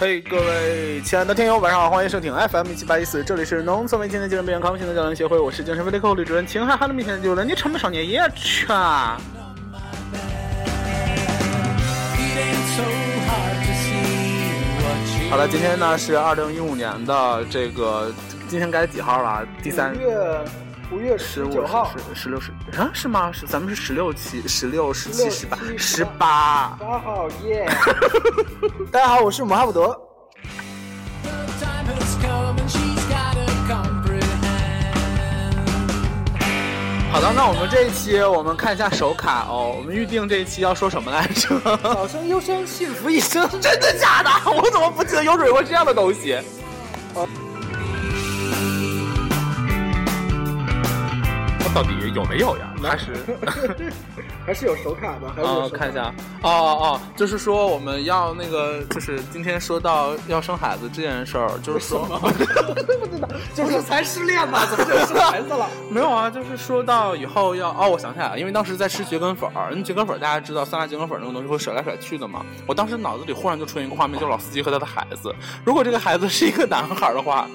嘿、各位亲爱的听友，晚上好，欢迎收听 FM 一七八一四，这里是农村为青年精神病康复心的教练协会，我是精神分裂扣李主任秦哈哈的面前救人，你成不少年也去啊！ It ain't so hard to see what you 好了，今天呢是二零一五年的这个，今天该几号了？第三五月五月十十五九号、十十六十啊？是吗？是咱们是十六期、十六、十七、十八、 16十八。八号，耶！ 大家好，我是姆哈布德。 the time has come and she's gotta comprehend. 好的，那我们这一期我们看一下手卡哦。我们预定这一期要说什么来着？早生优生，幸福一生。真的假的？我怎么不记得有水过这样的东西？哦它到底有没有呀？还是还是有手卡的，还是嗯有，手卡看一下，哦哦哦，就是说我们要那个，就是今天说到要生孩子这件事儿，就是说，不知道，就是才失恋 嘛，怎么就生孩子了？ 没有啊，就是说到以后要哦，我想起来了，因为当时在吃蕨根粉儿，那蕨根粉儿大家知道，酸辣蕨根粉儿那种东西会甩来甩去的嘛。我当时脑子里忽然就出现一个画面，就是老司机和他的孩子。如果这个孩子是一个男孩儿的话，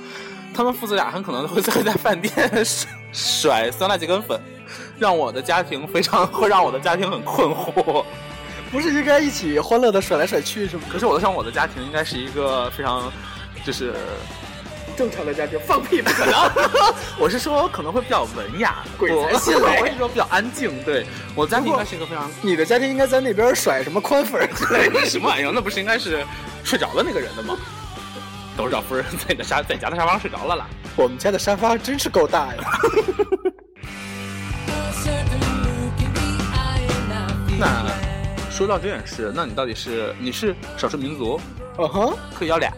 他们父子俩很可能会在在饭店甩甩酸辣蕨根粉，让我的家庭非常会让我的家庭很困惑。不是应该一起欢乐的甩来甩去是吗？可是我的像我的家庭应该是一个非常，就是正常的家庭放屁吧。可能我是说可能会比较文雅，鬼才我信嘞我是说比较安静。对我家庭应该是一个非常 你的家庭应该在那边甩什么宽粉儿之 类的。什么玩意儿？那不是应该是睡着了那个人的吗？都是找夫人在你的沙在家的沙发上睡着了啦。我们家的沙发真是够大 呀！ A certain look in the eye and I feel 那 glad. 说到这件事，那你到底是你是少数民族，嗯哼，可以要俩，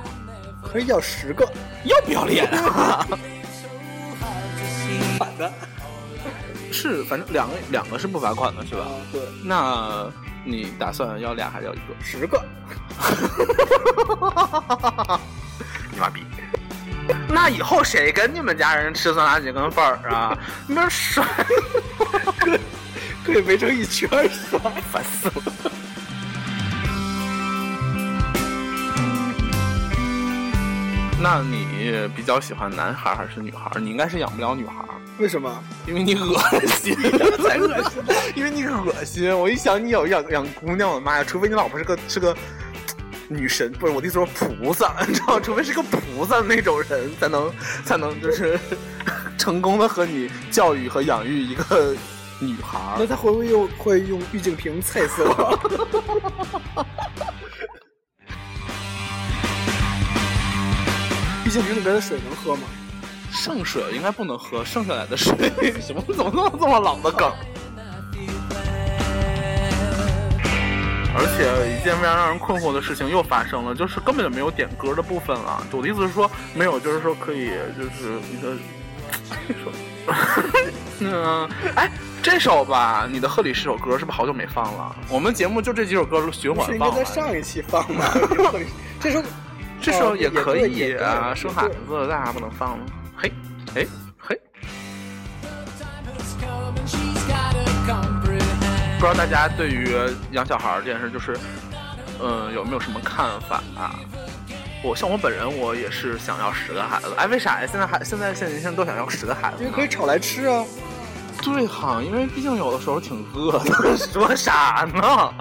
可以要十个。要不要脸啊？ Hard to see 是，反正两个两个是不罚款的，是吧？啊，对，那你打算要俩还是要一个？十个。你妈逼！那以后谁跟你们家人吃酸辣鸡跟粉儿啊？那甩，可以围成一圈儿甩，烦死了。那你比较喜欢男孩还是女孩？你应该是养不了女孩，为什么？因为你恶心， 才恶心，因为你恶心。我一想你有养养姑娘，我的妈呀！除非你老婆是个是个女神，不是我的意思说菩萨， 你知道吗，除非是个菩萨那种人，才能才能就是 成功的和你教育和养育一个女孩儿。那他会不会又会用预警屏踩死我？ 预警屏里边的水能喝吗？圣水应该不能喝，剩下来的水 什么？怎么那么这么老的梗？ and I feel glad. 而且一件非常让人困惑的事情又发生了，就是根本就没有点歌的部分了。我的意思是说，没有，就是说可以，就是你的， 说，嗯，哎，这首吧，你的贺礼是首歌，是不是好久没放了？我们节目就这几首歌循不环是应该放在了。上一期放吗？这时候这首哦也可对以也对啊，也生对孩子为啥不能放呢？嘿，哎，嘿。 The time has come and she's gotta comprehend. 不知道大家对于养小孩儿这件事，就是，嗯、有没有什么看法啊？我像我本人，我也是想要十个孩子。哎，为啥呀？现在还现在现在年轻人都想要十个孩子因呢为？可以炒来吃啊。对哈，因为毕竟有的时候挺饿的。 说啥呢？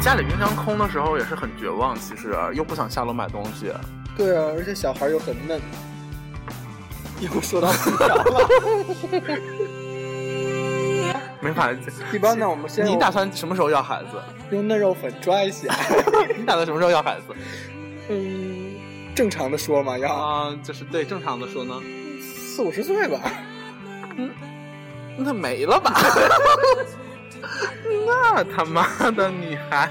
家里冰箱空的时候也是很绝望，其实啊又不想下楼买东西。对啊，而且小孩又很嫩。又说到洗澡了，没法。一般呢，我们先你打算什么时候要孩子？用嫩肉粉抓一下。你打算什么时候要孩子？嗯，正常的说嘛，要啊、就是对正常的说呢。四五十岁吧。那没了吧？ 那他妈的你还？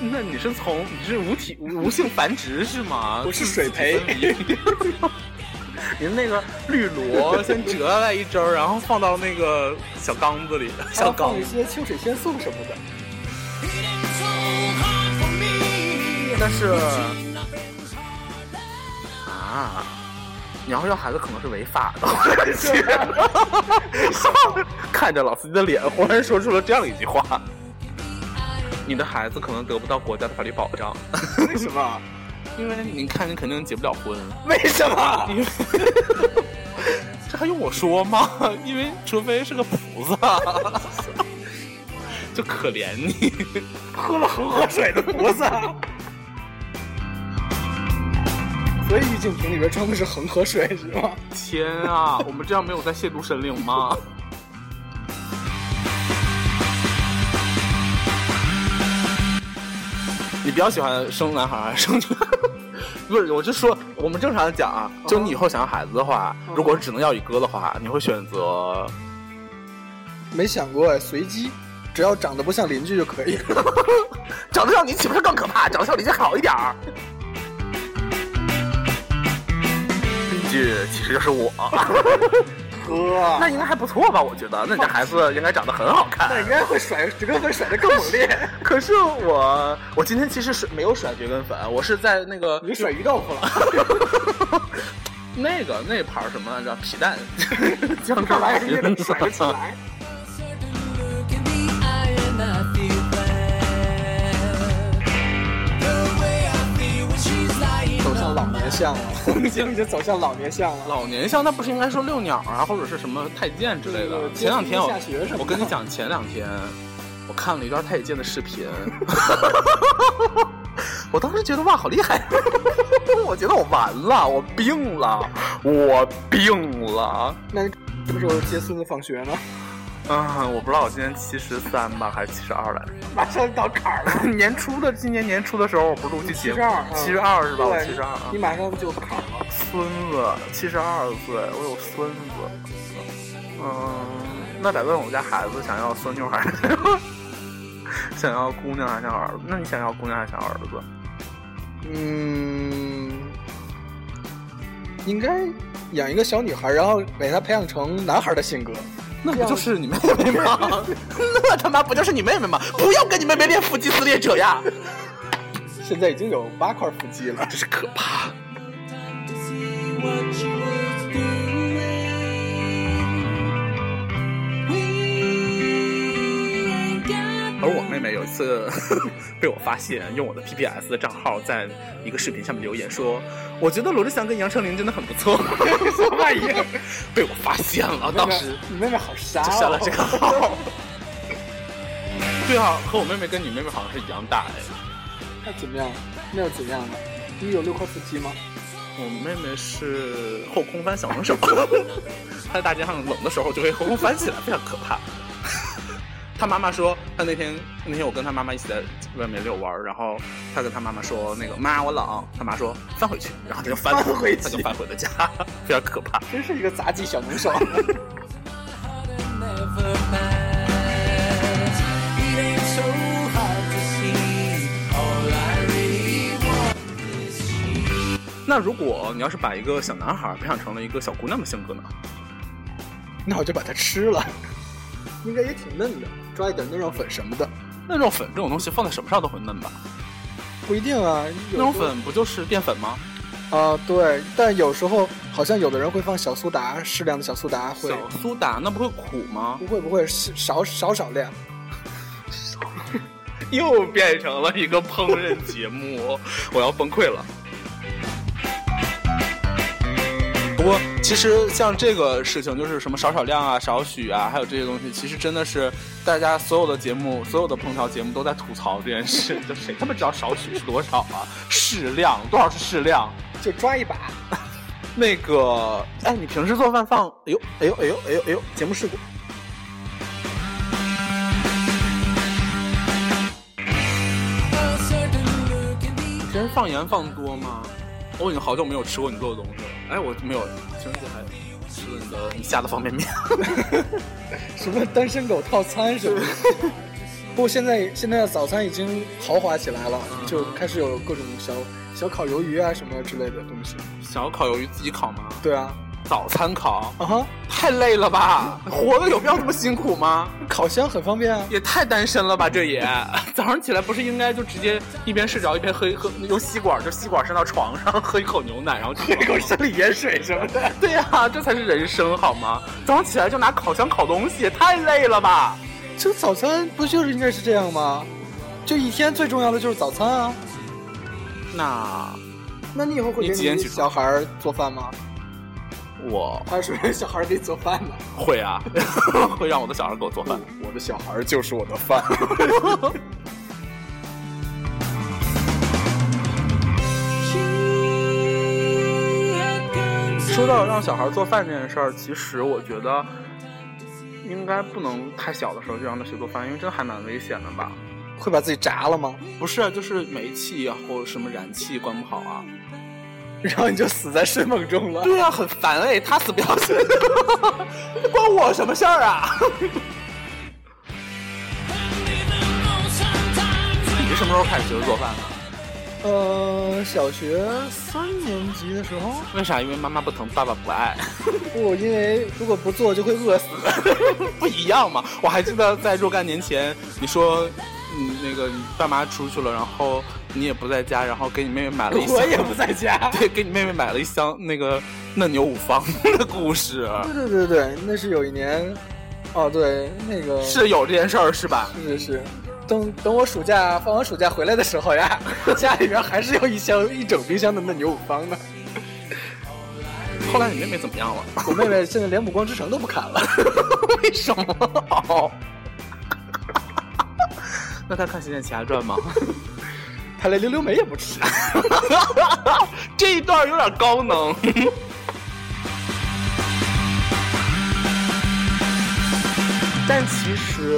那你是从你是无体无无性繁殖是吗？我是水培自己分离。 您那个绿萝先折下来一周，然后放到那个小缸子里，小还要缸放一些秋水仙素什么的。 It ain't so hard for me. 但是 Nothing's hard. 啊，你要是要孩子可能是违法 的。我去看着老司机的脸，忽然说出了这样一句话。 I 你的孩子可能得不到国家的法律保障，为什么？因为你看你肯定结不了婚，为什么？因为这还用我说吗？因为除非是个菩萨， 就可怜 你。喝了恒河水的菩啊萨。所以《玉净瓶》里边装的是恒河水是吗？天啊，我们这样没有在亵渎神灵吗？ 你比较喜欢生男孩儿还是生女孩儿？不是，我就说我们正常的讲啊，就你以后想要孩子的话，如果只能要一个的话，你会选择没想过哎，随机，只要长得不像邻居就可以。长得像你岂不是更可怕？长得像你就好一点儿。邻居其实就是我，哥， 那应该还不错吧？我觉得，那你的孩子应该长得很好看。那应该会甩，这个会甩的更猛烈。可是我，我今天其实是没有甩蕨根粉，我是在那 个你甩鱼豆腐了，那个那盘儿什么来着？皮 蛋酱汁看来你儿得甩得起来。 certain look in the eye and I feel bad. The way I feel when she's lying 走 on 向老 my 年相了，我们已经走向老年相了。老年像那不是应该说遛鸟啊，或者是什么太监之类的对？对前两天我接地气下雪什么的我跟你讲，前两天我看了一段太监的视频， 我当时觉得哇，好厉 害！我觉得我完了，我病了，我病了。 那你什么时候接孙子放学呢？嗯，我不知道我今年七十三吧，还是七十二来着？马上到坎儿了。 年初的，今年年初的时候，我不是录期节目， 72七十二是嗯吧？我对七十二啊你，马上就坎儿了。孙子，七十二岁，我有孙子，嗯，那得问我家孩子想要孙女还是想要 姑娘还是想要儿子？那你想要姑娘还是想要儿子？嗯，应该养一个小女孩，然后给她培养成男孩的性格。那不就是你妹妹吗？ 那他妈不就是你妹妹吗？不要跟你妹妹练腹肌撕裂者呀！现在已经有八块腹肌 了，真是可怕。 time to see what she was doing. We ain't got 而我妹妹有一次 被我发现用我的 PPS 的账号在一个视频下面留言说，我觉得罗志祥跟杨丞琳真的很不错。 什么玩意儿？被我发现了，当时你妹妹好傻、哦，就删了这个号。 对啊，和我妹妹跟你妹妹好像是一样大哎。 那怎么样？那又怎样呢？你有六块腹肌吗？我妹妹是后空翻小能手，她在大街上冷的时候就会后空翻起来，非常可怕。她妈妈说，她那天那天我跟她妈妈一起在外面遛弯儿，然后她跟她妈妈说那个妈我冷，她妈说翻回去，然后她就翻翻回去她就翻回了家，非常可怕。真是一个杂技小能手。 hard and never met. It ain't so hard to see. All I really want is she. 那如果你要是把一个小男孩培养成了一个小姑娘的性格呢？ 那我就把它吃了，应该也挺嫩的，抓一点嫩肉粉什么的，那肉粉这种东西放在什么上都会嫩吧？不一定啊。那种粉不就是淀粉吗？啊，对，但有时候好像有的人会放小苏打，适量的小苏打会，小苏打那不会苦吗不？会不会是少少少量。又变成了一个烹饪节目， 我要崩溃了。不过，其实像这个事情，就是什么少少量啊、少许啊，还有这些东西，其实真的是大家所有的节目、所有的烹调节目都在吐槽这件事。就谁他妈知道少许是多少啊？适量，多少是适量？就抓一把。那个，哎，你平时做饭放，哎呦，哎呦，哎呦，哎呦，哎呦，节目事故。 A certain look in the 平时放盐放多吗？我已经好久没有吃过你做的东西了。哎，我没有，情人节还吃了你的你下的方便面。什么单身狗套餐什么的。不过现在现在的早餐已经豪华起来了，就开始有各种小小烤鱿鱼啊什么之类的东西。小烤鱿鱼自己烤吗？对啊，早餐烤，啊哈，太累了吧？活的有必要这么辛苦吗？烤箱很方便啊。也太单身了吧，这也。 早上起来不是应该就直接一边睡着一边喝一喝，用吸管就吸管伸到床上喝一口牛奶，然后 喝一口生理盐水什么的。对呀、这才是人生好吗？早上起来就拿烤箱烤东西，也太累了吧？这早餐不就是应该是这样吗？就一天最重要的就是早餐啊。那那你以后会你给几点你起床小孩儿做饭吗？我他是给小孩儿给你做饭呢。会啊， 会让我的小孩给我做饭。我的小孩儿就是我的饭。说到让小孩做饭这件事儿，其实我觉得应该不能太小的时候就让他学做饭，因为真的还蛮危险的吧。 会把自己炸了吗？不是，就是煤气啊，或者什么燃气关不好 啊。然后你就死在睡梦中了。对啊，很烦哎，他死不要紧， 关我什么事儿啊？ 你是什么时候开始学的做饭啊的？呃，小学三年级的时候，为啥？因为妈妈不疼，爸爸不爱，不，因为如果不做就会饿死。不一样嘛。我还记得在若干年前，你说你那个你爸妈出去了，然后你也不在家，然后给你妹妹买了一箱，我也不在家。 对，给你妹妹买了一箱那个嫩牛五方的故事，对对对对，那是有一年，哦对，那个是有这件事儿是吧？是是是，等等我暑假放完暑假回来的时候 呀，家里边还是有一箱一整冰箱的嫩牛五方的。后来你妹妹怎么样了？我妹妹现在连《暮光之城》都不看了，为什么？哦， 那他看《仙剑奇侠传》吗？ 她连溜溜梅也不吃。 这一段有点高能。 但其实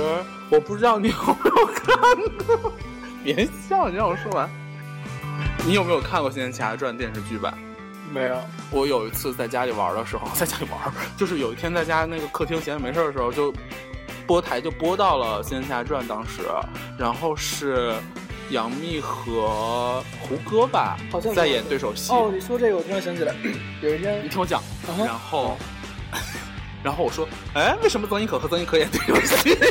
我不知道你有没有看过， 别笑，你让我说完。你有没有看过《仙剑奇侠传》电视剧版？没有，我有一次在家里玩的时候， 在家里玩儿，就是有一天在家那个客厅闲着没事儿的时候，就播台就播到了《仙剑奇侠传》，当时，然后是杨幂和胡歌吧，好像在演对手戏。哦，你说这个我突然想起 来，有一天你听我讲，嗯哼然后， 然后我说，哎，为什么曾轶可和曾轶可演对手戏？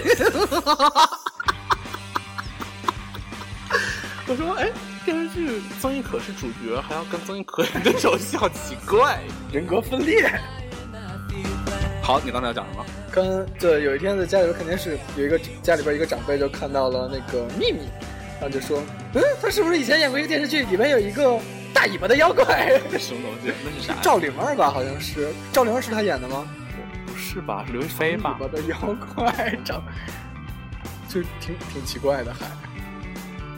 我说，哎，电视剧曾轶可是主角，还要跟曾轶可演对手戏，好奇怪。人格分裂。好，你刚才要讲什么？刚对，有一天在家里边肯定是有一个家里边一个长辈就看到了那个秘密，然后就说，嗯，他是不是以前演过一个电视剧，里面有一个大尾巴的妖怪？ 什么东西？那是啥呀？赵灵儿吧，好像是赵灵儿是他演的吗？不是吧？是刘亦菲大吧尾？巴的妖怪，长 就挺挺奇怪的，还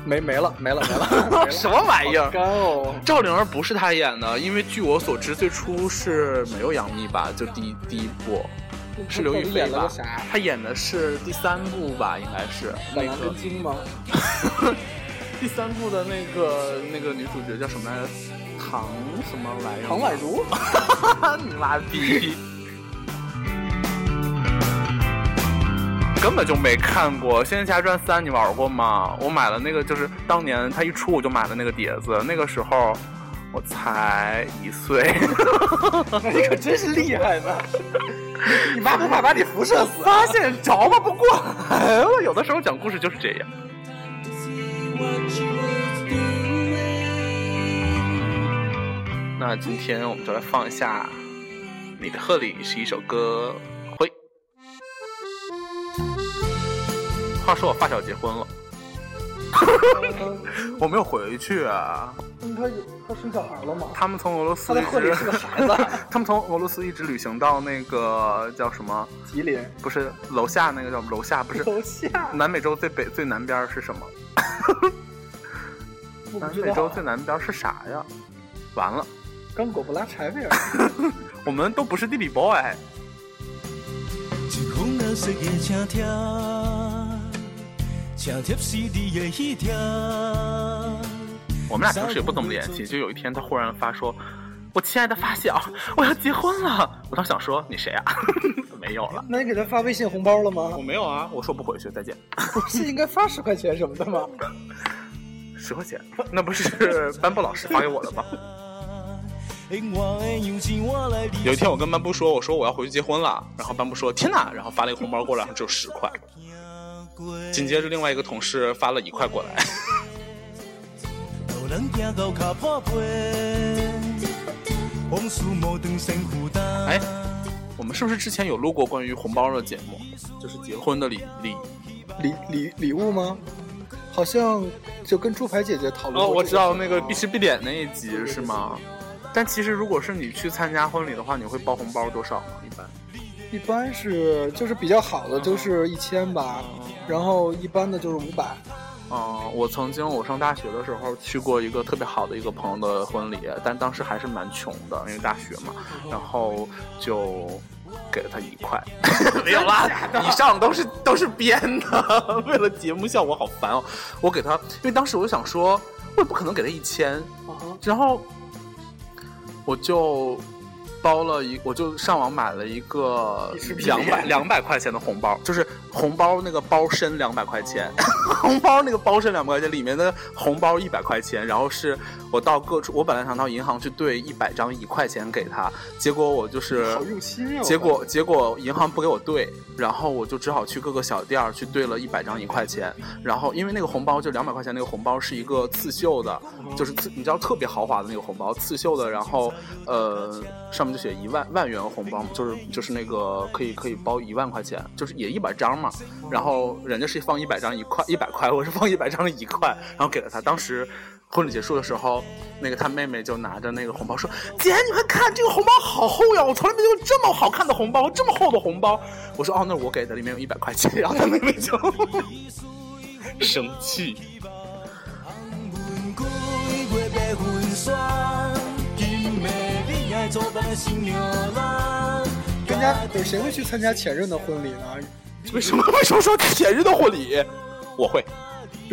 没没了没了没了，没了什么玩意儿？干哦，赵灵儿不是她演的，因为据我所知，最初是没有杨幂吧？就第一第一部是刘亦他到底菲演了个吧啥？？她演的是第三部吧？应该是那板蓝个根筋吗？第三部的那个那个女主角叫什么来着？唐什么玩意儿？ 唐宛 如，你妈 逼！根本就没看过《仙剑奇侠传三》，你玩过吗？我买了那个，就是当年它一出我就买了那个碟子，那个时候我才一岁。那你可真是厉害呢！ 你妈不怕把你辐射死啊？发现着吧不过， 哎我有的时候讲故事就是这样。那今天我们就来放一下《你的贺礼》是一首歌，会。话说我发小结婚了， 我没有回去啊。嗯他有他生小孩了吗？他们从俄罗斯他的一贺礼直是个孩子， 他们从俄罗斯一直旅行到那个叫什么？ 吉林不是楼下那个叫楼下， 不是楼下，南美洲最北最南边儿是什么？我不南知美洲道最。南边儿是啥呀？完了，刚果布拉柴维尔，我们都不是地理 boy。一空难色的请听，请贴时你的耳听。我们俩平时也不怎么联系，就有一天他忽然发说：“我亲爱的发小，我要结婚了。”我当时想说：“你谁啊？” 没有了，那你给他发微信红包了吗我？没有啊，我说不回去，再见。不是应该发十块钱什么的吗？十块钱，那不是 班布老师发给我的吗？有一天我跟班布说：“我说我要回去结婚了。”然后班布说：“天哪！”然后发了一个红包过来，然后只有十块。紧接着另外一个同事发了一块过来， 哎，我们是不是之前有录过关于红包的节目？就是结婚的礼礼礼礼礼物吗？好像就跟猪排姐姐讨论过哦，这我知道事儿那个啊必吃必点那一集是吗？但其实如果是你去参加婚礼的话，你会包红包多少吗？一般？一般是就是比较好的就是一千吧，哦然后一般的就是五百。嗯，我曾经我上大学的时候去过一个特别好的一个朋友的婚礼，但当时还是蛮穷的，因为大学嘛，然后就给了他一块， 没有啦，以上都是都是编的， 为了节目效果，好烦哦。我给他，因为当时我就想说，我也不可能给他一千，然后我就包了一，我就上网买了一个两百两百块钱的红包，就是红包那个包身两百块钱，红包那个包身两百块钱里面的红包一百块钱，然后是我到各处，我本来想到银行去兑一百张一块钱给他，结果我就是好。入侵啊！呃结果结果银行不给我兑，然后我就只好去各个小店儿去兑了一百张一块钱，然后因为那个红包就两百块钱，那个红包是一个刺绣的，就是刺你知道特别豪华的那个红包，刺绣的，然后呃上面就写一万万元红包，就是就是那个可以可以包一万块钱，就是也一百张嘛，然后人家是放一百张一块一百块，我是放一百张的一块，然后给了他，当时。婚礼结束的时候，那个他妹妹就拿着那个红包说：“姐，你快看，这个红包好厚呀！我从来没见过这么好看的红包，这么厚的红包。”我说：“哦，那是我给的，里面有一百块钱。”然 后他妹妹就生气。阮几月白云山，今暝你爱做伴的新娘咱。跟家有谁会去参加前任的婚礼呢？为什么为什么说前任的婚礼？我会，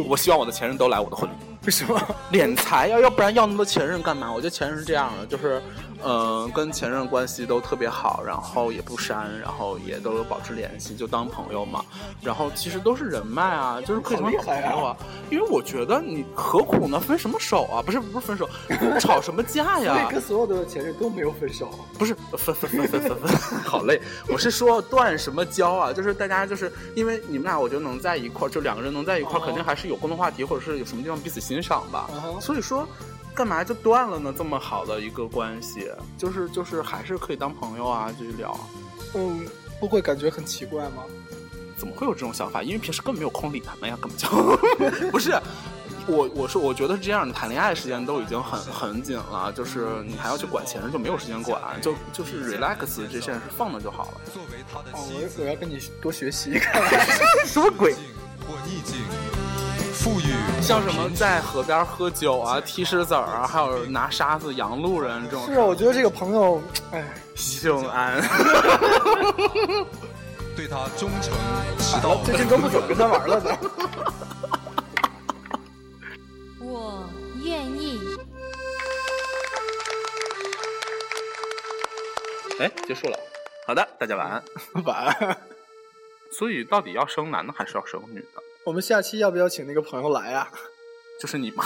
我希望我的前任都来我的婚礼。为什么？敛财要要不然要那么多前任干嘛？我觉得前任是这样的，就是，嗯、跟前任关系都特别好，然后也不删，然后也都有保持联系，就当朋友嘛。然后其实都是人脉啊，就是可以成为好朋友啊。因为我觉得你何苦呢？分什么手啊？不是不是分手，吵什么架所呀以？跟所有的前任都没有分手。不是分分分分分分， 好累。我是说断什么交啊？就是大家就是因为你们俩，我觉得能在一块儿，就两个人能在一块儿，肯定还是有共同话题，或者是有什么地方彼此欣赏吧。嗯哼所以说，干嘛就断了呢？这么好的一个关系，就是就是还是可以当朋友啊，继续聊。嗯，不会感觉很奇怪吗？怎么会有这种想法？因为平时根本没有空理他们呀，根本就 不是。我我是我觉得是这样的，谈恋爱时间都已经很很紧了，就是你还要去管前任，就没有时间管，就就是 relax 这些事放着就好了。哦，我我要跟你多学习。看 什么鬼？或逆境，赋予像什么在河边喝酒啊、踢石子儿啊，还有拿沙子扬路人这种是啊，我觉得这个朋友，哎，性安。对他忠诚，直到最近都不怎么跟他玩了呢。我愿意。哎，结束了。好的，大家晚安， 晚安。 所以到底要生男的还是要生女的？我们下期要不要请那个朋友来啊？就是你妈。